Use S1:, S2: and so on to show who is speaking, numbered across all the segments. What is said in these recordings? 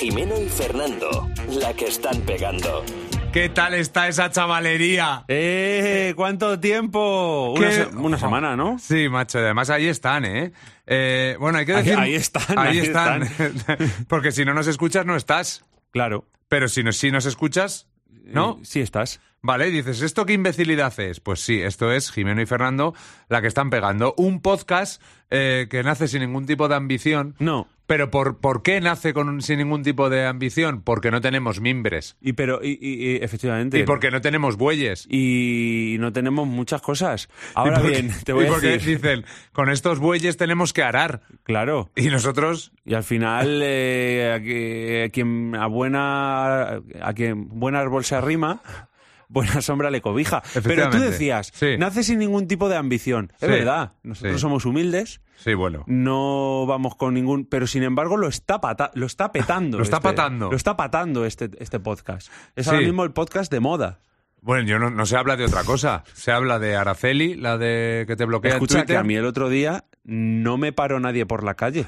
S1: Jimeno y Fernando, la que están pegando.
S2: ¿Qué tal está esa chavalería?
S3: ¡Eh! ¿Cuánto tiempo? Una,
S2: ¿Qué?
S3: se- una semana, ¿no?
S2: Sí, macho, y además ahí están, ¿eh? Eh, bueno, hay que decir...
S3: ahí están,
S2: Ahí
S3: ahí
S2: están. Porque si no nos escuchas, no estás.
S3: Claro.
S2: Pero si, no, si nos escuchas, ¿no?
S3: Eh, Sí estás.
S2: Vale, y dices, ¿esto qué imbecilidad es? Pues sí, esto es Jimeno y Fernando, la que están pegando. Un podcast eh, que nace sin ningún tipo de ambición.
S3: No.
S2: Pero por, ¿por qué nace con, un- sin ningún tipo de ambición? Porque no tenemos mimbres.
S3: Y pero, y, y- y, efectivamente.
S2: Y porque no tenemos bueyes.
S3: Y no tenemos muchas cosas.
S2: Y
S3: Ahora
S2: porque-
S3: bien, te voy
S2: y
S3: a
S2: porque
S3: decir.
S2: dicen, con estos bueyes tenemos que arar.
S3: Claro.
S2: Y nosotros,
S3: Y al final, eh, a, que- a quien a buena a quien buen árbol se arrima, buena sombra le cobija. Pero tú
S2: Efectivamente.
S3: decías,
S2: Sí.
S3: nace sin ningún tipo de ambición. Es
S2: Sí.
S3: verdad, nosotros
S2: Sí.
S3: somos humildes,
S2: sí, bueno.
S3: Mm. no vamos con ningún... Pero sin embargo lo está, pata- lo está petando.
S2: Lo está
S3: este-
S2: patando.
S3: Lo está patando este, este podcast. Es ahora
S2: Sí.
S3: mismo el podcast de moda.
S2: Bueno, yo no, no se habla de otra cosa. Se habla de Araceli, la de que te bloquea
S3: Escucha
S2: Twitter.
S3: que a mí el otro día no me paró nadie por la calle.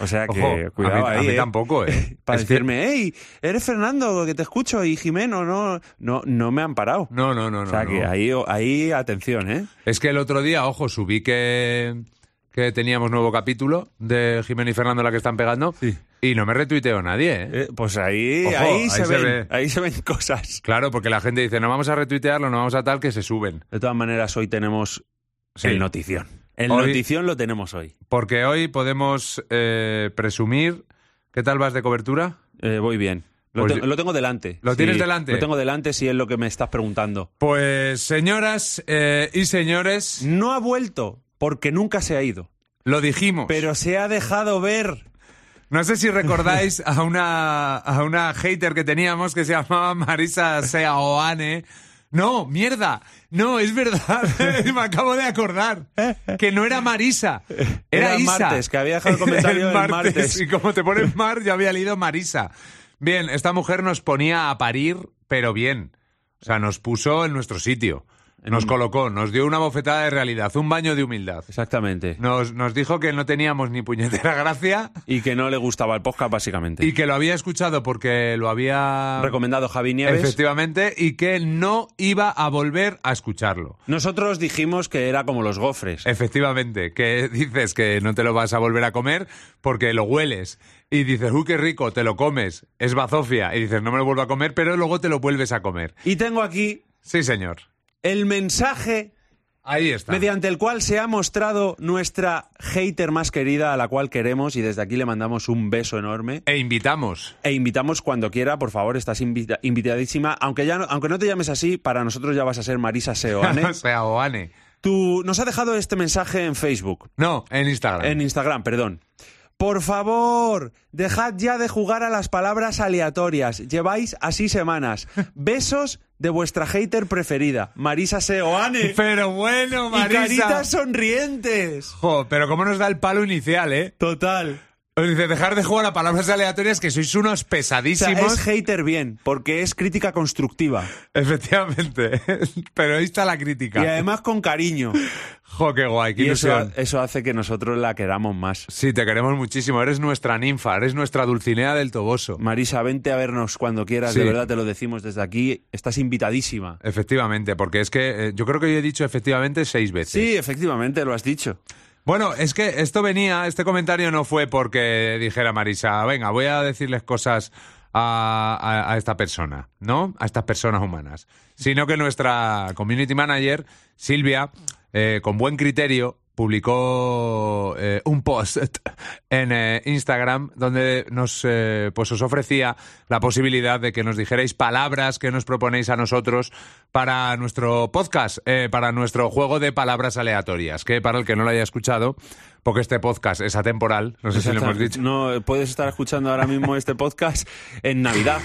S3: o sea que,
S2: Ojo, a mí-
S3: cuidado
S2: a mí,
S3: ahí, ¿eh?
S2: tampoco, ¿eh?
S3: para
S2: Es que-
S3: decirme, hey, eres Fernando, que te escucho, y Jimeno, no, no, no me han parado.
S2: No, no, no, no.
S3: o sea que
S2: no.
S3: ahí, ahí, atención, ¿eh?
S2: Es que el otro día, ojo, subí que, que teníamos nuevo capítulo de Jimena y Fernando, la que están pegando,
S3: Sí.
S2: y no me retuiteó nadie. ¿eh?
S3: Eh, pues ahí,
S2: Ojo,
S3: ahí,
S2: ahí
S3: se,
S2: se
S3: ven,
S2: ve.
S3: ahí se ven cosas.
S2: Claro, porque la gente dice, no vamos a retuitearlo, no vamos a tal, que se suben.
S3: De todas maneras, hoy tenemos
S2: Sí.
S3: el notición. El
S2: Hoy-
S3: notición lo tenemos hoy.
S2: Porque hoy podemos eh, presumir... ¿Qué tal vas de cobertura?
S3: Eh, voy bien. Lo,
S2: Pues
S3: te-
S2: yo-
S3: lo tengo delante.
S2: ¿Lo tienes delante?
S3: Lo tengo delante si es lo que me estás preguntando.
S2: Pues, señoras eh, y señores,
S3: No ha vuelto porque nunca se ha ido.
S2: lo dijimos.
S3: Pero se ha dejado ver.
S2: No sé si recordáis a una, a una hater que teníamos que se llamaba Marisa Seaoane. No, mierda. No, es verdad. Me acabo de acordar. Que no era Marisa. Era,
S3: Era
S2: Isa.
S3: martes, que había dejado el comentario el martes.
S2: Y como te pones Mar, yo había leído Marisa. Bien, esta mujer nos ponía a parir, pero bien. O sea, nos puso en nuestro sitio. Nos colocó, nos dio una bofetada de realidad, un baño de humildad.
S3: Exactamente.
S2: Nos, nos dijo que no teníamos ni puñetera gracia.
S3: Y que no le gustaba el podcast, básicamente.
S2: Y que lo había escuchado porque lo había
S3: Recomendado Javi Nieves.
S2: efectivamente y que no iba a volver a escucharlo.
S3: Nosotros dijimos que era como los gofres.
S2: Efectivamente, que dices que no te lo vas a volver a comer porque lo hueles y dices, uy, qué rico, te lo comes, es bazofia y dices, no me lo vuelvo a comer, pero luego te lo vuelves a comer.
S3: Y tengo aquí
S2: Sí, señor.
S3: el mensaje
S2: Ahí está.
S3: mediante el cual se ha mostrado nuestra hater más querida, a la cual queremos y desde aquí le mandamos un beso enorme.
S2: E invitamos.
S3: E invitamos cuando quiera, por favor, estás invita- invitadísima. Aunque, ya no, aunque no te llames así, para nosotros ya vas a ser Marisa Seoane.
S2: o sea, Oane.
S3: Tú nos ha dejado este mensaje en Facebook.
S2: No, en Instagram.
S3: En Instagram, perdón. Por favor, dejad ya de jugar a las palabras aleatorias. Lleváis así semanas. Besos de vuestra hater preferida, Marisa Seoane.
S2: Pero bueno,
S3: Y
S2: Marisa.
S3: caritas sonrientes.
S2: Jo, pero cómo nos da el palo inicial, ¿eh?
S3: Total.
S2: Os dice, dejar de jugar a palabras aleatorias que sois unos
S3: O sea,
S2: pesadísimos.
S3: es hater bien, porque es crítica constructiva.
S2: Efectivamente. Pero ahí está la
S3: Y
S2: crítica.
S3: además con cariño.
S2: Jo, qué guay, qué
S3: Y eso,
S2: ilusión.
S3: eso hace que nosotros la queramos más.
S2: Sí, te queremos muchísimo. Eres nuestra ninfa, eres nuestra Dulcinea del Toboso.
S3: Marisa, vente a vernos cuando quieras.
S2: Sí.
S3: De verdad te lo decimos desde aquí. Estás invitadísima.
S2: Efectivamente, porque es que eh, yo creo que yo he dicho efectivamente seis veces.
S3: Sí, efectivamente, lo has dicho.
S2: Bueno, es que esto venía, este comentario no fue porque dijera Marisa, venga, voy a decirles cosas a, a- a esta persona, ¿no? A estas personas humanas. Sino que nuestra community manager, Silvia, eh, con buen criterio, publicó eh, un post en eh, Instagram donde nos eh, pues os ofrecía la posibilidad de que nos dijerais palabras que nos proponéis a nosotros para nuestro podcast, eh, para nuestro juego de palabras aleatorias, que para el que no lo haya escuchado, porque este podcast es atemporal, no sé si lo hemos
S3: Exactamente.
S2: dicho.
S3: No, puedes estar escuchando ahora mismo este podcast en Navidad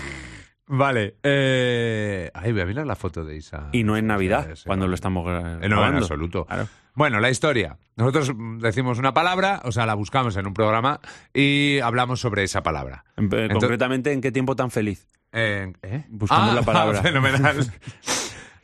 S2: Vale, eh... ay, voy a mirar la foto de Isa.
S3: y no en Navidad,
S2: Sí, sí,
S3: cuando
S2: sí.
S3: lo estamos gra-
S2: Eh, No, en
S3: grabando.
S2: absoluto.
S3: Claro.
S2: Bueno, la historia. Nosotros mm, decimos una palabra, o sea, la buscamos en un programa y hablamos sobre esa palabra.
S3: En- eh,
S2: Entonces-
S3: concretamente, ¿en qué tiempo tan feliz?
S2: Eh, ¿eh?
S3: Buscamos la palabra.
S2: Fenomenal.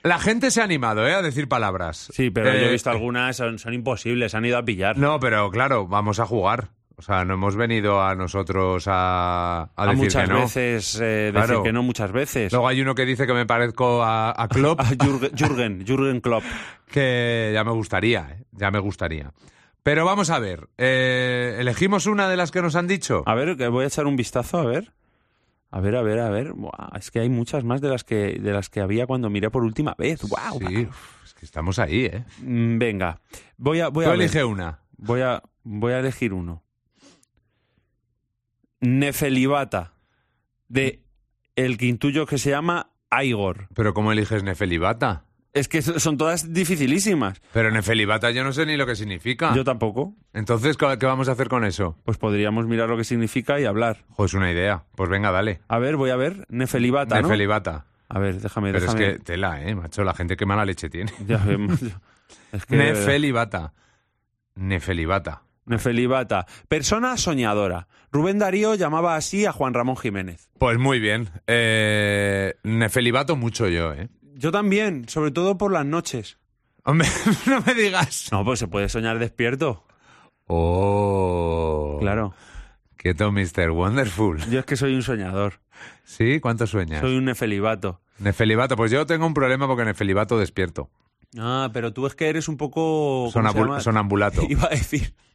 S2: La gente se ha animado, ¿eh? A decir palabras.
S3: Sí, pero yo
S2: Eh,
S3: he visto algunas, son, son imposibles, han ido a pillar.
S2: No, pero claro, vamos a jugar. O sea, no hemos venido a nosotros a, a
S3: A
S2: decir
S3: muchas
S2: que no.
S3: veces eh, decir
S2: Claro.
S3: que no muchas veces.
S2: Luego hay uno que dice que me parezco a, a Klopp,
S3: A Jürgen, Jürgen, Jürgen Klopp.
S2: que ya me gustaría, ¿eh? ya me gustaría. Pero vamos a ver, eh, elegimos una de las que nos han dicho.
S3: A ver, que voy a echar un vistazo, a ver. A ver, a ver, a ver. Buah, es que hay muchas más de las que de las que había cuando miré por última vez. Wow.
S2: Sí, uf, es que estamos ahí, ¿eh?
S3: Venga. Voy a voy
S2: Yo
S3: a, ver.
S2: elige una.
S3: voy a voy a elegir uno. Nefelibata de el quintuyo que se llama Aigor.
S2: Pero ¿cómo eliges Nefelibata?
S3: Es que so- son todas dificilísimas.
S2: Pero Nefelibata yo no sé ni lo que significa.
S3: Yo tampoco.
S2: Entonces, ¿qué qué vamos a hacer con eso?
S3: Pues podríamos mirar lo que significa y hablar.
S2: Joder, es una idea. Pues venga, dale.
S3: A ver, voy a ver. Nefelibata, ¿no?
S2: Nefelibata.
S3: A ver, déjame,
S2: Pero es
S3: déjame.
S2: que tela, ¿eh, macho? La gente qué mala leche tiene.
S3: Ya vemos. Es que-
S2: Nefelibata. Nefelibata.
S3: Nefelibata. Persona soñadora. Rubén Darío llamaba así a Juan Ramón Jiménez.
S2: Pues muy bien. Eh, Nefelibato mucho yo, ¿eh?
S3: Yo también, sobre todo por las noches.
S2: Hombre, no me digas.
S3: No, pues se puede soñar despierto.
S2: Oh.
S3: Claro.
S2: Quieto, Mr. Wonderful.
S3: Yo es que soy un soñador.
S2: ¿Sí? ¿Cuánto sueñas?
S3: Soy un nefelibato.
S2: Nefelibato. Pues yo tengo un problema porque Nefelibato despierto.
S3: Ah, pero tú es que eres un poco... ¿cómo se
S2: Sonambul-
S3: llama?
S2: sonambulato.
S3: Iba a decir...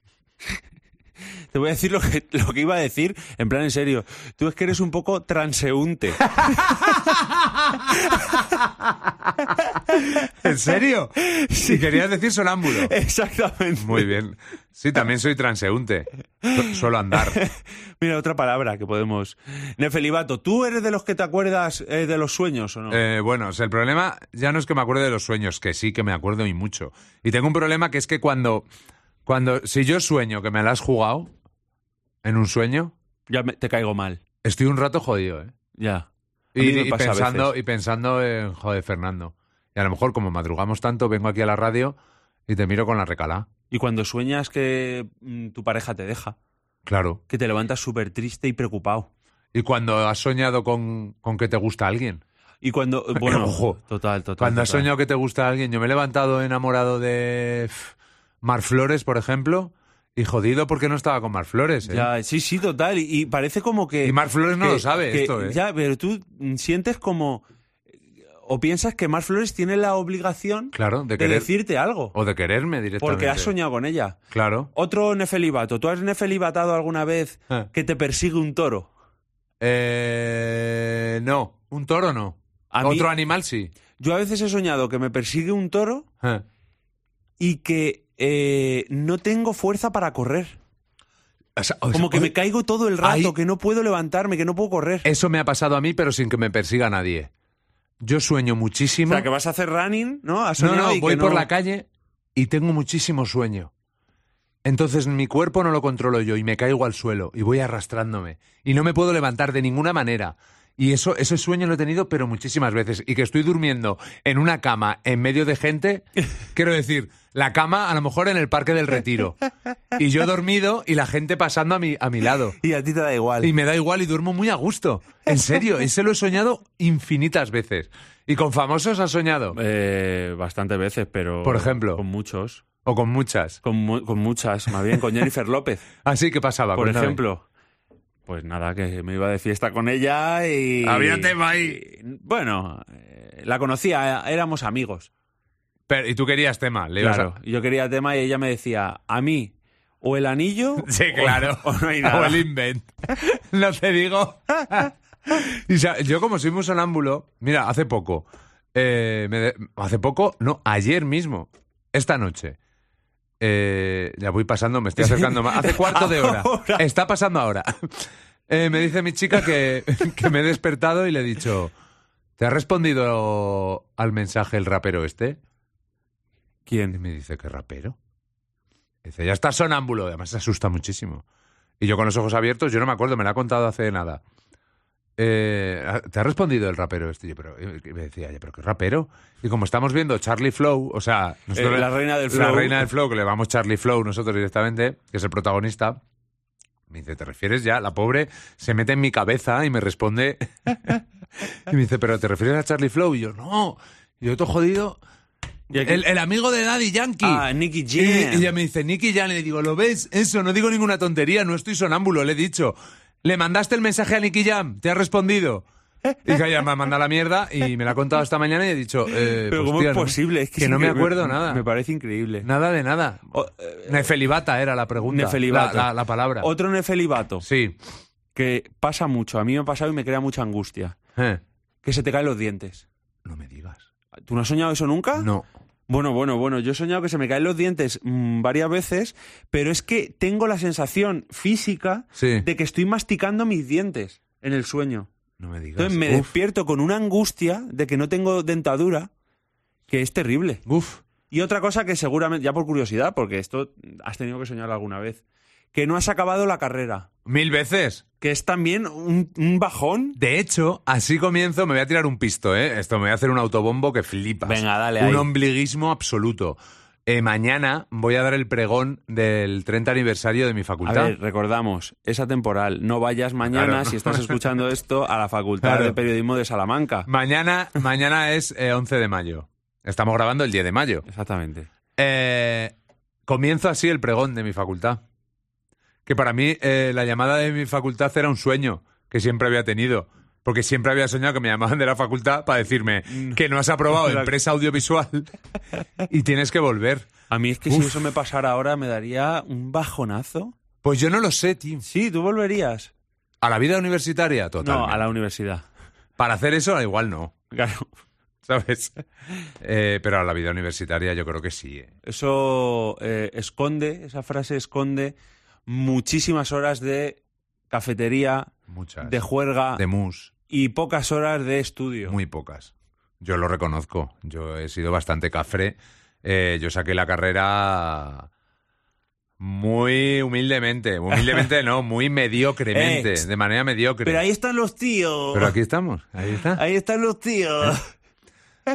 S3: Te voy a decir lo que, lo que iba a decir, en plan en serio. Tú es que eres un poco transeúnte.
S2: ¿En serio? Si querías decir sonámbulo.
S3: Exactamente.
S2: Muy bien. Sí, también soy transeúnte. Su- Suelo andar.
S3: Mira, otra palabra que podemos... Nefelibato, ¿tú eres de los que te acuerdas eh, de los sueños o no?
S2: Eh, bueno, o sea, el problema ya no es que me acuerde de los sueños, que sí que me acuerdo y mucho. Y tengo un problema que es que cuando, cuando si yo sueño que me la has jugado en un sueño,
S3: Ya me- te caigo mal.
S2: estoy un rato jodido, ¿eh?
S3: Ya. A
S2: Y,
S3: mí me
S2: y
S3: pasa a
S2: pensando,
S3: veces.
S2: y pensando en, joder, Fernando. Y a lo mejor como madrugamos tanto, vengo aquí a la radio y te miro con la recalá.
S3: Y cuando sueñas que mm, tu pareja te deja,
S2: Claro.
S3: que te levantas súper triste y preocupado.
S2: Y cuando has soñado con, con que te gusta alguien.
S3: Y cuando. Bueno,
S2: Ojo.
S3: Total, total.
S2: Cuando has
S3: total.
S2: soñado que te gusta alguien, yo me he levantado enamorado de pf, Mar Flores, por ejemplo, y jodido porque no estaba con Mar Flores. ¿eh?
S3: Ya, sí, sí, total. Y, y parece como que.
S2: Y Mar Flores no
S3: que-
S2: lo sabe
S3: que-
S2: esto, ¿eh?
S3: Ya, pero tú mm, sientes como. O piensas que Mar Flores tiene la obligación
S2: Claro, de
S3: de,
S2: querer
S3: decirte algo.
S2: o de quererme directamente.
S3: Porque has soñado con ella.
S2: Claro.
S3: Otro nefelibato. ¿Tú has nefelibatado alguna vez
S2: Ah.
S3: que te persigue un toro?
S2: Eh, no, un toro no.
S3: A mí-
S2: Otro animal sí.
S3: Yo a veces he soñado que me persigue un toro
S2: Eh.
S3: y que eh, no tengo fuerza para correr.
S2: O sea, o-
S3: Como que me caigo todo el rato,
S2: Ahí-
S3: que no puedo levantarme, que no puedo correr.
S2: Eso me ha pasado a mí, pero sin que me persiga nadie. Yo sueño
S3: o
S2: muchísimo.
S3: sea, que vas a hacer running, ¿no? Has
S2: No,
S3: soñado
S2: no,
S3: y que
S2: voy por
S3: no-
S2: la calle y tengo muchísimo sueño. Entonces mi cuerpo no lo controlo yo y me caigo al suelo y voy arrastrándome y no me puedo levantar de ninguna manera. Y eso, ese sueño lo he tenido pero muchísimas veces y que estoy durmiendo en una cama en medio de gente, quiero decir, la cama a lo mejor en el Parque del Retiro y yo dormido y la gente pasando a mi, a mi lado.
S3: Y a ti te da igual. Eh,
S2: Y me da igual y duermo muy a gusto. En serio, ese lo he soñado infinitas veces. Y con famosos has soñado.
S3: Eh, bastante veces, pero...
S2: Por ejemplo.
S3: Con muchos.
S2: O con muchas.
S3: Con, mu- con muchas, más bien, con Jennifer López,
S2: Así que pasaba.
S3: por
S2: Cuéntame.
S3: ejemplo. Pues nada, que me iba de fiesta con ella y...
S2: Había tema ahí.
S3: y- Bueno, eh, la conocía, eh, éramos amigos.
S2: Pero- y tú querías tema, le ibas
S3: Claro,
S2: a-
S3: yo quería tema y ella me decía, a mí, o el anillo...
S2: Sí,
S3: o-
S2: claro.
S3: O, no hay nada.
S2: O el invent. no te digo. Y sa- yo como soy muy sonámbulo, mira, hace poco, eh, me de- hace poco, no, ayer mismo, esta noche, eh, ya voy pasando, me estoy acercando más, hace cuarto de hora,
S3: Ahora.
S2: está pasando ahora. Eh, me dice mi chica que, que me he despertado y le he dicho, ¿te ha respondido al mensaje el rapero este?
S3: ¿Quién?
S2: Y me dice, ¿qué rapero? Dice, ya está sonámbulo. Además se asusta muchísimo. Y yo con los ojos abiertos, yo no me acuerdo, me lo ha contado hace nada. Eh, ¿Te ha respondido el rapero este? Y yo, pero, y me decía, "Ya, ¿pero qué rapero? Y como estamos viendo Charlie Flow, o sea... nosotros-
S3: Eh, la reina del
S2: Pues La
S3: flow.
S2: reina del flow, que le llamamos Charlie Flow nosotros directamente, que es el protagonista. Me dice, ¿te refieres ya? La pobre se mete en mi cabeza y me responde... y me dice, ¿pero te refieres a Charlie Flow? Y yo, no, yo todo jodido...
S3: Y aquí-
S2: El, el amigo de Daddy Yankee.
S3: Ah, Nicky Jam.
S2: Y, y ella me dice, Nicky Jam. Y le digo, ¿lo ves? Eso, no digo ninguna tontería, no estoy sonámbulo, le he dicho. Le mandaste el mensaje a Nicky Jam, te ha respondido. Y que ella me manda la mierda y me la ha contado esta mañana y he dicho, eh,
S3: Pero ¿cómo
S2: hostia,
S3: es
S2: no-
S3: posible? Es
S2: que no me
S3: increíble.
S2: acuerdo nada.
S3: Me parece increíble.
S2: Nada de nada.
S3: O- eh,
S2: Nefelibata era la pregunta.
S3: Nefelibato.
S2: La, la- la palabra.
S3: Otro nefelibato
S2: Sí.
S3: que pasa mucho. A mí me ha pasado y me crea mucha angustia.
S2: Eh,
S3: Que se te caen los dientes.
S2: No me digas.
S3: ¿Tú no has soñado eso nunca?
S2: No.
S3: Bueno, bueno, bueno, yo he soñado que se me caen los dientes mm, varias veces, pero es que tengo la sensación física
S2: Sí.
S3: de que estoy masticando mis dientes en el sueño.
S2: No me digas.
S3: Entonces me
S2: Uf,
S3: despierto con una angustia de que no tengo dentadura, que es terrible.
S2: Uf.
S3: Y otra cosa que seguramente, ya por curiosidad, porque esto has tenido que soñar alguna vez, que no has acabado la carrera,
S2: Mil veces.
S3: que es también un, un bajón.
S2: De hecho, así comienzo, me voy a tirar un pisto, ¿eh? Esto me voy a hacer un autobombo que flipas.
S3: Venga, dale
S2: Un
S3: ahí.
S2: ombliguismo absoluto. Eh, mañana voy a dar el pregón del 30 aniversario de mi
S3: A
S2: facultad.
S3: ver, recordamos, esa temporal, no vayas mañana,
S2: Claro, no.
S3: si estás escuchando esto, a la Facultad
S2: Claro.
S3: de Periodismo de Salamanca.
S2: Mañana, mañana es eh, 11 de mayo. Estamos grabando el 10 de mayo.
S3: Exactamente.
S2: Eh, comienzo así el pregón de mi facultad. Que para mí eh, la llamada de mi facultad era un sueño que siempre había tenido. Porque siempre había soñado que me llamaban de la facultad para decirme que no has aprobado
S3: Mm. La-
S2: empresa audiovisual y tienes que volver.
S3: A mí es que si
S2: Uf.
S3: eso me pasara ahora me daría un bajonazo.
S2: Pues yo no lo sé, tío.
S3: Sí, tú volverías.
S2: A la vida universitaria, total.
S3: No, a la universidad.
S2: Para hacer eso, igual no,
S3: Claro.
S2: ¿sabes? Eh, pero a la vida universitaria yo creo que sí. eh.
S3: Eso eh, esconde, esa frase esconde muchísimas horas de cafetería,
S2: Muchas.
S3: de juerga
S2: de mus.
S3: y pocas horas de estudio.
S2: Muy pocas. Yo lo reconozco. Yo he sido bastante cafre. Eh, yo saqué la carrera muy humildemente. Humildemente no, muy mediocremente.
S3: Eh,
S2: de manera mediocre.
S3: Pero ahí están los tíos.
S2: Pero aquí estamos. Ahí está.
S3: Ahí están los tíos.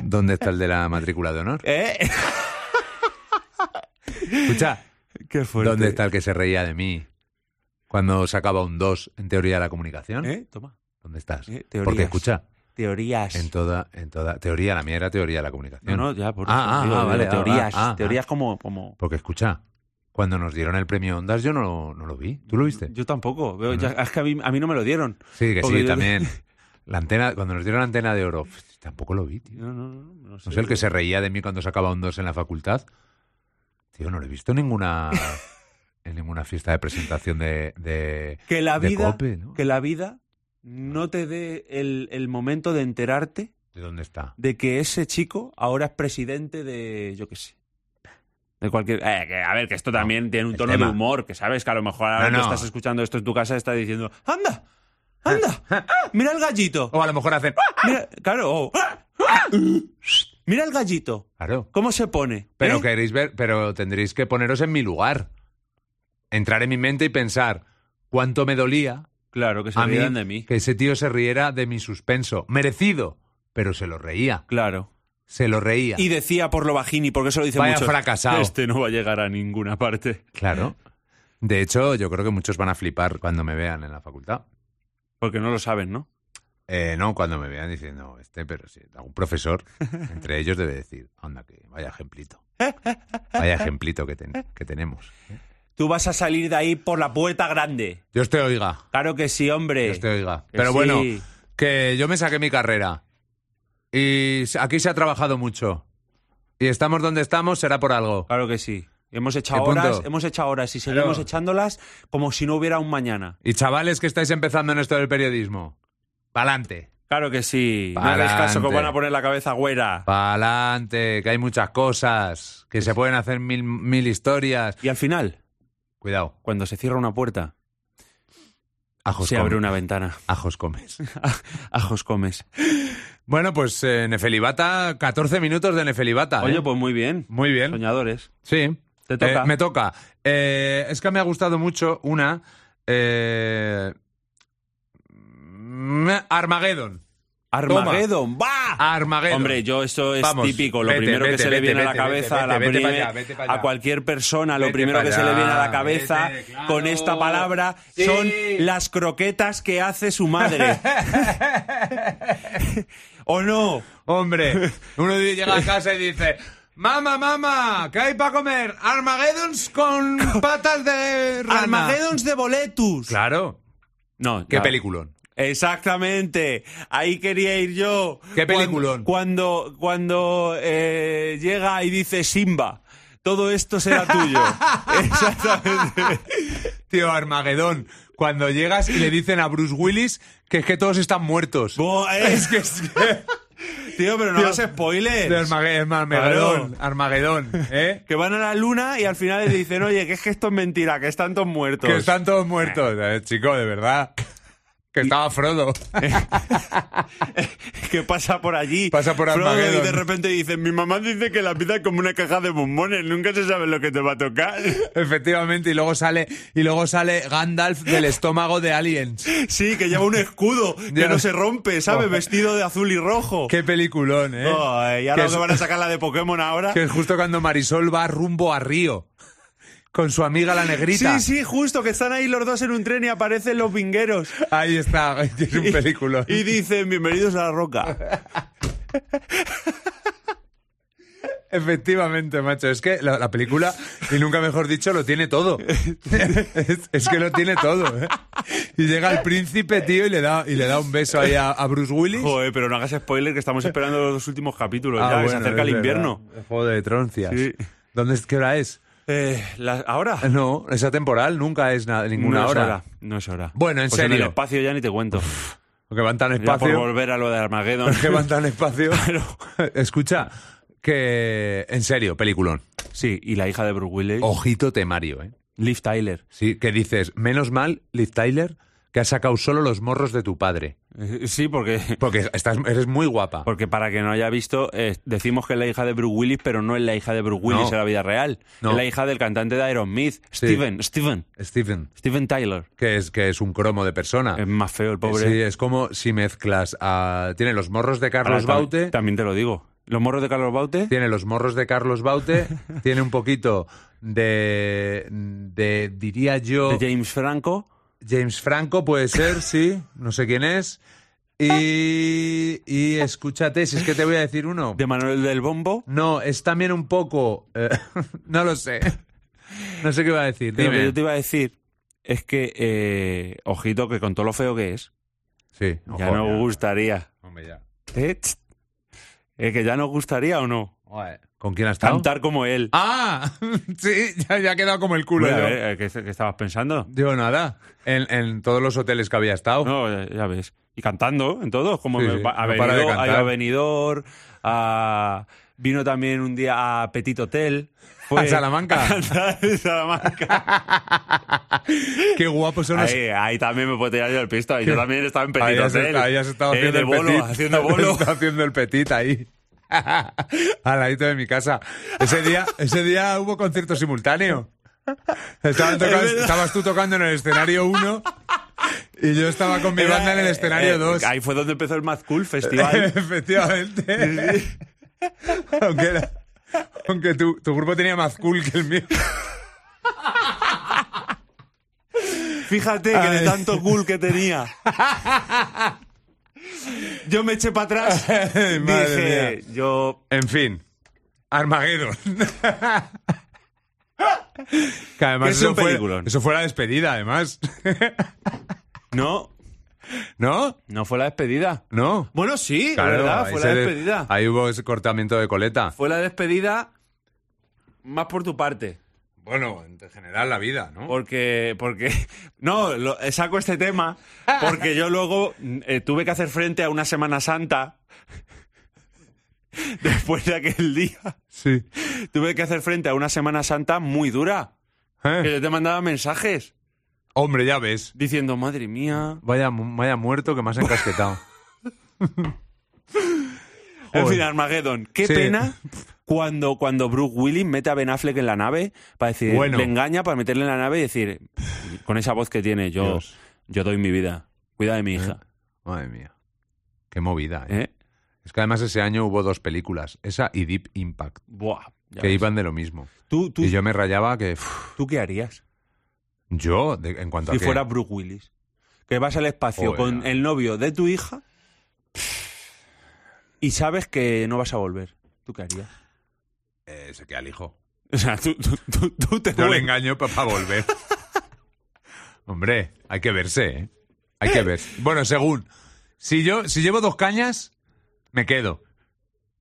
S2: ¿Dónde está el de la matrícula de honor?
S3: ¿Eh?
S2: Escucha,
S3: Qué fuerte.
S2: ¿dónde está el que se reía de mí cuando sacaba un 2 en teoría de la comunicación?
S3: ¿Eh? Toma.
S2: ¿Dónde estás?
S3: Eh,
S2: Porque
S3: teorías.
S2: escucha,
S3: Teorías.
S2: en toda, en toda teoría, la mía era teoría de la
S3: no,
S2: comunicación.
S3: no, ya, por
S2: Ah,
S3: eso,
S2: ah,
S3: digo,
S2: ah,
S3: digo,
S2: vale, ah,
S3: teorías.
S2: ah, ah.
S3: teorías como, como...
S2: Porque escucha, cuando nos dieron el premio Ondas yo no, lo- no lo vi. ¿Tú lo viste?
S3: Yo tampoco. veo-
S2: No.
S3: ya- es que a mí, a mí no me lo dieron.
S2: sí, que
S3: porque
S2: sí,
S3: yo-
S2: también. La antena, cuando nos dieron la antena de oro, pf, tampoco lo vi, tío.
S3: No, no, no, no, no sé.
S2: No sé, el que se reía de mí cuando sacaba un 2 en la facultad. Tío, no lo he visto en ninguna, en ninguna fiesta de presentación de... de-
S3: Que la
S2: de
S3: vida,
S2: cope, ¿no?
S3: que la vida no te dé el, el momento de enterarte
S2: ¿de dónde está?
S3: de que ese chico ahora es presidente de, yo qué sé. De cualquier. eh, que, a ver, que esto también tiene un
S2: el
S3: tono de
S2: tema.
S3: humor, que sabes que a lo mejor ahora
S2: No,
S3: que
S2: no.
S3: estás escuchando esto en tu casa estás diciendo: ¡Anda! ¡Anda! ah, ¡Mira el gallito!
S2: O a lo mejor hacen... ¡ah!
S3: Mira, claro, oh, ah, ah, mira el gallito.
S2: Claro.
S3: ¿Cómo se pone?
S2: Pero
S3: ¿eh?
S2: queréis ver, pero tendréis que poneros en mi lugar. Entrar en mi mente y pensar cuánto me dolía
S3: Claro, que se
S2: a mí,
S3: rían de mí.
S2: que ese tío se riera de mi suspenso. Merecido, pero se lo reía.
S3: Claro.
S2: Se lo reía.
S3: Y decía por lo bajini, porque eso lo dice
S2: Vaya
S3: mucho.
S2: fracasado.
S3: Este no va a llegar a ninguna parte.
S2: Claro. De hecho, yo creo que muchos van a flipar cuando me vean en la facultad.
S3: Porque no lo saben, ¿no?
S2: Eh, no, cuando me vean diciendo, este, pero sí, algún profesor, entre ellos debe decir, anda, que vaya ejemplito. Vaya ejemplito que, ten- que tenemos.
S3: Tú vas a salir de ahí por la puerta grande.
S2: Dios te oiga.
S3: Claro que sí, hombre.
S2: Dios te oiga.
S3: Eh, que
S2: Pero
S3: sí.
S2: bueno, que yo me saqué mi carrera. Y s- aquí se ha trabajado mucho. Y estamos donde estamos, será por algo.
S3: Claro que sí. Hemos
S2: ¿Qué
S3: echado
S2: punto?
S3: horas, hemos echado horas y seguimos
S2: Claro.
S3: echándolas como si no hubiera un mañana.
S2: Y chavales que estáis empezando en esto del periodismo, pa'lante.
S3: Claro que sí. No
S2: Pa'lante.
S3: hagáis caso que os van a poner la cabeza güera.
S2: Pa'lante, que hay muchas cosas, que se pueden hacer mil, mil historias.
S3: Y al final,
S2: Cuidado,
S3: cuando se cierra una puerta,
S2: ajos
S3: se abre
S2: comes,
S3: una ventana.
S2: Ajos comes.
S3: Ajos comes.
S2: bueno, pues eh, Nefelibata, 14 minutos de Nefelibata. ¿eh?
S3: Oye, pues muy bien.
S2: Muy bien.
S3: Soñadores.
S2: Sí.
S3: Te toca.
S2: Eh, me toca. Eh, es que me ha gustado mucho una. eh, mm, Armageddon.
S3: Armageddon. ¡Va!
S2: Armageddon.
S3: Hombre, yo eso es
S2: Vamos,
S3: típico. Lo
S2: vete,
S3: primero que
S2: vete,
S3: se le
S2: vete,
S3: viene a la
S2: vete,
S3: cabeza
S2: vete,
S3: a, la
S2: vete, vete
S3: primer-
S2: pa' allá, vete pa' allá.
S3: a cualquier persona, lo
S2: Vete
S3: primero
S2: pa'
S3: que se le viene a la
S2: allá,
S3: cabeza
S2: vete, claro.
S3: con esta palabra
S2: Sí.
S3: son las croquetas que hace su madre. ¿O no?
S2: Hombre, uno llega a casa y dice. Mamá, mamá, ¿qué hay para comer? Armagedons con patas de rana.
S3: Armagedons de boletus.
S2: Claro.
S3: No,
S2: Qué
S3: claro.
S2: peliculón.
S3: Exactamente, ahí quería ir yo.
S2: Qué
S3: Cuan-
S2: peliculón.
S3: Cuando, cuando eh, llega y dice Simba, todo esto será tuyo. Exactamente.
S2: Tío, Armagedón. Cuando llegas y le dicen a Bruce Willis que es que todos están muertos.
S3: Bo- eh,
S2: Es que es que...
S3: tío, pero no
S2: Tío,
S3: hagas spoilers.
S2: De Armage- Armagedón, Armagedón, ¿eh?
S3: Que van a la luna y al final le dicen, oye, que es que esto es mentira, que están todos muertos.
S2: Que están todos muertos. Eh, chico, de verdad. Que estaba Frodo.
S3: que pasa por allí.
S2: Pasa por
S3: Frodo,
S2: Armagedón.
S3: Y de repente dicen, mi mamá dice que la vida es como una caja de bombones, nunca se sabe lo que te va a tocar.
S2: Efectivamente, y luego sale, y luego sale Gandalf del estómago de Aliens.
S3: Sí, que lleva un escudo que
S2: Ya.
S3: no se rompe, ¿sabes? Vestido de azul y rojo.
S2: Qué peliculón, ¿eh?
S3: Ay, y
S2: que,
S3: ahora
S2: es,
S3: que van a sacar la de Pokémon ahora.
S2: que es justo cuando Marisol va rumbo a Río con su amiga la negrita.
S3: Sí, sí, justo, que están ahí los dos en un tren y aparecen los vingueros.
S2: Ahí está, es un peliculón.
S3: Y dicen, bienvenidos a la roca.
S2: Efectivamente, macho. Es que la, la película, y nunca mejor dicho, lo tiene todo. Es, es que lo tiene todo. ¿eh? Y llega el príncipe, tío, y le da, y le da un beso ahí a, a Bruce Willis.
S3: Joder, pero no hagas spoiler, que estamos esperando los dos últimos capítulos.
S2: Ah,
S3: ya, que se
S2: bueno,
S3: acerca el
S2: es verdad.
S3: invierno.
S2: El juego de troncias.
S3: Sí.
S2: ¿Dónde es qué hora es?
S3: Eh, la- ¿Ahora?
S2: No, esa temporal nunca es nada, ninguna
S3: no
S2: hora.
S3: Es hora. No es hora.
S2: Bueno, en
S3: Pues el
S2: serio.
S3: espacio ya ni te cuento.
S2: Porque van tan
S3: Ya por
S2: espacio.
S3: volver a lo de Armageddon.
S2: Que van tan espacio. Escucha, que en serio, peliculón.
S3: Sí, y la hija de Bruce Willis,
S2: Ojito temario, ¿eh?
S3: Liv Tyler.
S2: Sí, que dices, menos mal, Liv Tyler, que has sacado solo los morros de tu padre.
S3: Eh, Sí, porque,
S2: Porque estás, eres muy guapa.
S3: porque para que no haya visto, eh, decimos que es la hija de Bruce Willis, pero no es la hija de Bruce Willis
S2: No.
S3: en la vida real.
S2: No.
S3: Es la hija del cantante de Aerosmith,
S2: Sí.
S3: Steven, Steven,
S2: Stephen,
S3: Steven Tyler.
S2: que es, que es un cromo de persona.
S3: Es más feo el pobre.
S2: Sí, es como si mezclas a... Tiene los morros de
S3: Ahora,
S2: Carlos
S3: tam-
S2: Baute,
S3: También te lo digo. Los morros de Carlos Baute.
S2: tiene los morros de Carlos Baute, tiene un poquito de... de diría yo...
S3: De James Franco.
S2: James Franco puede ser, sí, no sé quién es. Y, y escúchate, si es que te voy a decir uno.
S3: De Manuel del Bombo.
S2: No, es también un poco... eh, no lo sé. No sé qué iba a decir.
S3: Que Lo que
S2: dime.
S3: yo te iba a decir es que, eh, ojito, que con todo lo feo que es,
S2: Sí,
S3: ya
S2: ojo,
S3: nos gustaría.
S2: Hombre, ya.
S3: Eh, tss. Eh, que ya nos gustaría o no.
S2: Joder, ¿Con quién has estado?
S3: Cantar como él.
S2: Ah, sí, ya, ya ha quedado como el culo.
S3: Bueno, a
S2: yo.
S3: ver, eh, ¿qué, qué estabas pensando?
S2: Yo nada, en, en todos los hoteles que había estado.
S3: No, eh, ya ves. Y cantando en todos, como
S2: Sí,
S3: me-
S2: sí,
S3: a,
S2: no para de
S3: Benidorm-
S2: cantar.
S3: a Benidorm, a- Vino también un día a Petit Hotel. Fue
S2: A Salamanca.
S3: a cantar en Salamanca.
S2: Qué guapos son los...
S3: Ahí, ahí también me puedo tirar yo el pisto. Yo también estaba en Petit
S2: ahí has
S3: Hotel.
S2: estado- ahí has estado
S3: eh,
S2: haciendo
S3: de
S2: el
S3: bolo,
S2: petit.
S3: haciendo bolo.
S2: Estaba haciendo el petit ahí. Al ladito de mi casa. Ese día, ese día hubo concierto simultáneo. Estaban toca-
S3: Es verdad.
S2: estabas tú tocando en el escenario 1 y yo estaba con mi
S3: Era,
S2: banda en el
S3: eh,
S2: escenario Eh,
S3: eh,
S2: 2.
S3: ahí fue donde empezó el Mad Cool Festival.
S2: Efectivamente. aunque era- aunque tu, tu grupo tenía más cool que el mío.
S3: Fíjate que de
S2: Ay.
S3: tanto cool que tenía. Yo me eché para atrás.
S2: Ay, madre
S3: dije, yo
S2: En fin, Armageddon. que además
S3: Es un
S2: eso fue,
S3: peliculón.
S2: eso fue la despedida, además.
S3: No,
S2: ¿No?
S3: no fue la despedida.
S2: ¿No?
S3: Bueno, sí, es
S2: Claro,
S3: verdad,
S2: ahí
S3: fue
S2: se
S3: la
S2: de-
S3: despedida.
S2: Ahí hubo ese cortamiento de coleta.
S3: Fue la despedida más por tu parte.
S2: Bueno, en general la vida, ¿no?
S3: Porque, porque, no, lo- saco este tema porque yo luego mm, eh, tuve que hacer frente a una Semana Santa después de aquel día.
S2: Sí.
S3: Tuve que hacer frente a una Semana Santa muy dura. Que
S2: ¿Eh?
S3: yo te mandaba mensajes
S2: Hombre, ya ves.
S3: diciendo, madre mía.
S2: Vaya, mu- vaya muerto que me has encasquetado.
S3: En
S2: Joder.
S3: fin, Armageddon. Qué
S2: Sí.
S3: pena cuando, cuando Bruce Willis mete a Ben Affleck en la nave para decir,
S2: Bueno.
S3: le engaña para meterle en la nave y decir, con esa voz que tiene, yo,
S2: Dios.
S3: yo doy mi vida. Cuida de mi hija.
S2: Madre mía. Qué movida, ¿eh?
S3: ¿Eh?
S2: Es que además ese año hubo dos películas, esa y Deep Impact,
S3: Buah. ya
S2: que
S3: ves.
S2: iban de lo mismo.
S3: ¿Tú, tú,
S2: Y yo me rayaba que... uff,
S3: ¿Tú qué harías
S2: yo, de- en cuanto
S3: si
S2: a que...
S3: fuera Bruce Willis? Que vas al espacio
S2: Joder.
S3: con el novio de tu hija y sabes que no vas a volver. ¿Tú qué harías?
S2: eh, se queda el hijo.
S3: O sea, tú, tú, tú, tú te
S2: No le
S3: vuel-
S2: engaño para volver. Hombre, hay que verse, ¿eh? Hay que verse. Bueno, según. Si yo si llevo dos cañas, me quedo.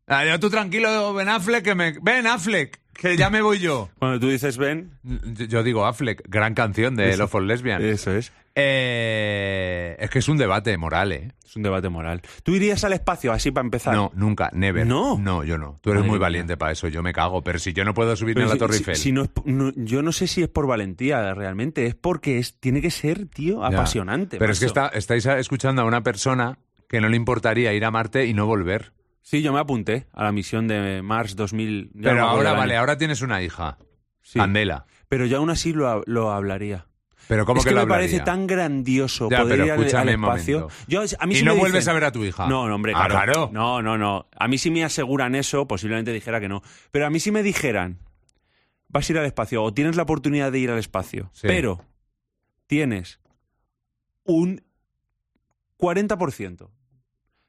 S2: Ah, yo tú tranquilo, Ben Affleck, que me... Ben Affleck, que ya me voy yo.
S3: Cuando tú dices Ben,
S2: Yo yo digo Affleck, gran canción de Love for Lesbian.
S3: eso es.
S2: Eh, es que es un debate moral, ¿eh?
S3: Es un debate moral. ¿Tú irías al espacio así para empezar?
S2: No, nunca, never.
S3: No.
S2: No, yo no. Tú eres
S3: Madre
S2: muy
S3: mía.
S2: valiente para eso, yo me cago. Pero si yo no puedo subirme
S3: Pero
S2: a la
S3: si-
S2: Torre
S3: si-
S2: Eiffel.
S3: si no es p- no- yo no sé si es por valentía realmente, es porque es, tiene que ser, tío,
S2: Ya.
S3: apasionante.
S2: Pero es que
S3: macho.
S2: está- estáis escuchando a una persona que no le importaría ir a Marte y no volver.
S3: Sí, yo me apunté a la misión de Mars 2000. ya no
S2: Pero
S3: me acuerdo
S2: ahora,
S3: el
S2: vale,
S3: año.
S2: ahora tienes una hija,
S3: Sí.
S2: Candela.
S3: Pero yo aún así lo, ha- lo hablaría.
S2: Pero ¿cómo
S3: es
S2: que,
S3: que,
S2: lo
S3: me parece
S2: hablaría?
S3: tan grandioso
S2: Ya,
S3: poder
S2: pero
S3: ir al- al,
S2: escúchame un
S3: espacio.
S2: momento.
S3: Yo, a mí
S2: Y
S3: sí
S2: no
S3: me
S2: vuelves
S3: dicen-
S2: a ver a tu hija.
S3: No, no, hombre,
S2: Ah,
S3: claro.
S2: claro.
S3: No, no, no. A mí si me aseguran eso, posiblemente dijera que no. Pero a mí si me dijeran, vas a ir al espacio o tienes la oportunidad de ir al espacio,
S2: Sí.
S3: pero tienes un 40%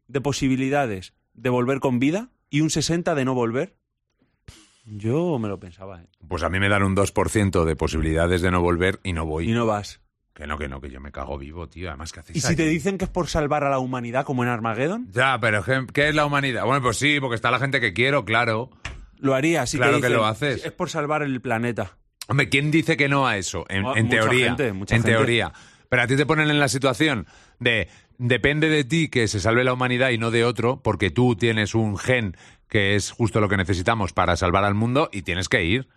S3: de posibilidades de volver con vida y un 60% de no volver, yo me lo pensaba. ¿eh?
S2: Pues a mí me dan un 2% de posibilidades de no volver y no voy.
S3: Y no vas.
S2: Que no, que no, que yo me cago vivo, tío. Además, ¿qué haces
S3: Y si te
S2: allí?
S3: dicen que es por salvar a la humanidad, como en Armageddon,
S2: Ya, pero ¿qué- ¿qué es la humanidad? Bueno, pues sí, porque está la gente que quiero, claro.
S3: lo harías. Si te
S2: Claro que
S3: dicen,
S2: lo haces.
S3: Es por salvar el planeta.
S2: Hombre, ¿quién dice que no a eso? En,
S3: Ah,
S2: en
S3: mucha
S2: teoría.
S3: gente, mucha
S2: en
S3: gente.
S2: teoría. Pero a ti te ponen en la situación de depende de ti que se salve la humanidad y no de otro, porque tú tienes un gen que es justo lo que necesitamos para salvar al mundo y tienes que ir.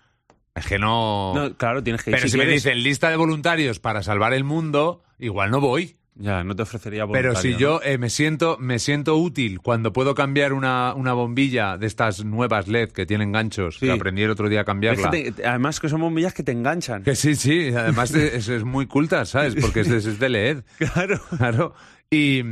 S2: Es que no.
S3: No, claro, tienes que ir.
S2: Oh. Pero si, me
S3: quieres.
S2: dicen lista de voluntarios para salvar el mundo, igual no voy.
S3: Ya, no te ofrecería
S2: Pero
S3: voluntario,
S2: si
S3: ¿no?
S2: yo eh, me siento me siento útil cuando puedo cambiar una, una bombilla de estas nuevas LED que tienen ganchos,
S3: Sí.
S2: que aprendí el otro día a
S3: Es
S2: cambiarla.
S3: que te- además que son bombillas que te enganchan.
S2: Que sí, sí, además de- es, es muy culta, ¿sabes? Porque es de, es de LED,
S3: Claro.
S2: claro. Y,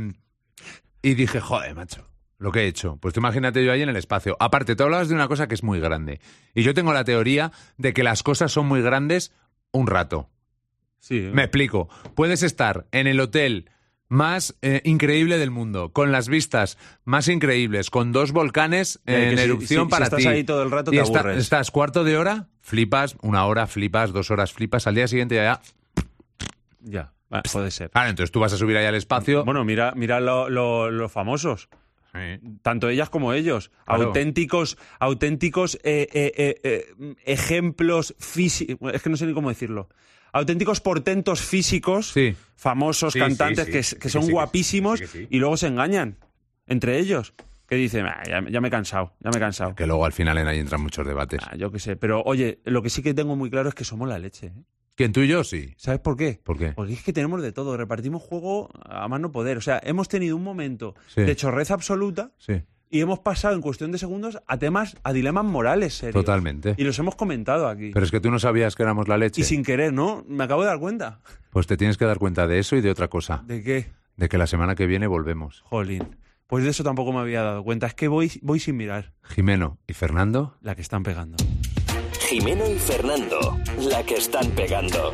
S2: y dije, joder, macho, lo que he hecho. Pues tú imagínate yo ahí en el espacio. Aparte, tú hablabas de una cosa que es muy grande. Y yo tengo la teoría de que las cosas son muy grandes un rato.
S3: Sí.
S2: Me explico. Puedes estar en el hotel más eh, increíble del mundo, con las vistas más increíbles, con dos volcanes
S3: Ya, y que
S2: en
S3: si-
S2: erupción
S3: si- si
S2: para
S3: estás
S2: ti.
S3: ahí todo el rato
S2: Y
S3: te
S2: esta-
S3: aburres.
S2: Estás cuarto de hora, flipas, una hora flipas, dos horas flipas, al día siguiente ya.
S3: Ya, va, puede ser.
S2: Claro, Ah, entonces tú vas a subir ahí al espacio.
S3: Bueno, mira, mira lo- lo- los famosos,
S2: Sí.
S3: tanto ellas como ellos.
S2: Claro.
S3: Auténticos, auténticos eh, eh, eh, eh, ejemplos físicos. Es que no sé ni cómo decirlo. Auténticos portentos físicos,
S2: Sí.
S3: famosos,
S2: Sí, sí,
S3: cantantes
S2: sí.
S3: que, s-
S2: Sí,
S3: que
S2: que
S3: son
S2: sí, que sí,
S3: guapísimos
S2: sí, que sí.
S3: y luego se engañan entre ellos. Que dicen, "Ah, ya, ya me he cansado, ya me he cansado.
S2: Que luego al final en ahí entran muchos debates.
S3: Ah, yo qué sé, pero oye, lo que sí que tengo muy claro es que somos la leche. ¿eh?
S2: ¿Quién tú y yo? Sí.
S3: ¿Sabes por qué?
S2: ¿Por qué?
S3: Porque es que tenemos de todo, repartimos juego a mano poder. O sea, hemos tenido un momento
S2: Sí.
S3: de chorreza absoluta
S2: Sí.
S3: y hemos pasado en cuestión de segundos a temas, a dilemas morales serios.
S2: Totalmente.
S3: Y los hemos comentado aquí.
S2: Pero es que tú no sabías que éramos la leche.
S3: Y sin querer, ¿no? Me acabo de dar cuenta.
S2: Pues te tienes que dar cuenta de eso y de otra cosa.
S3: ¿De qué?
S2: De que la semana que viene volvemos.
S3: Jolín. Pues de eso tampoco me había dado cuenta. Es que voy, voy sin mirar
S2: Jimeno y Fernando
S3: la que están pegando.
S1: Jimeno y Fernando, la que están pegando.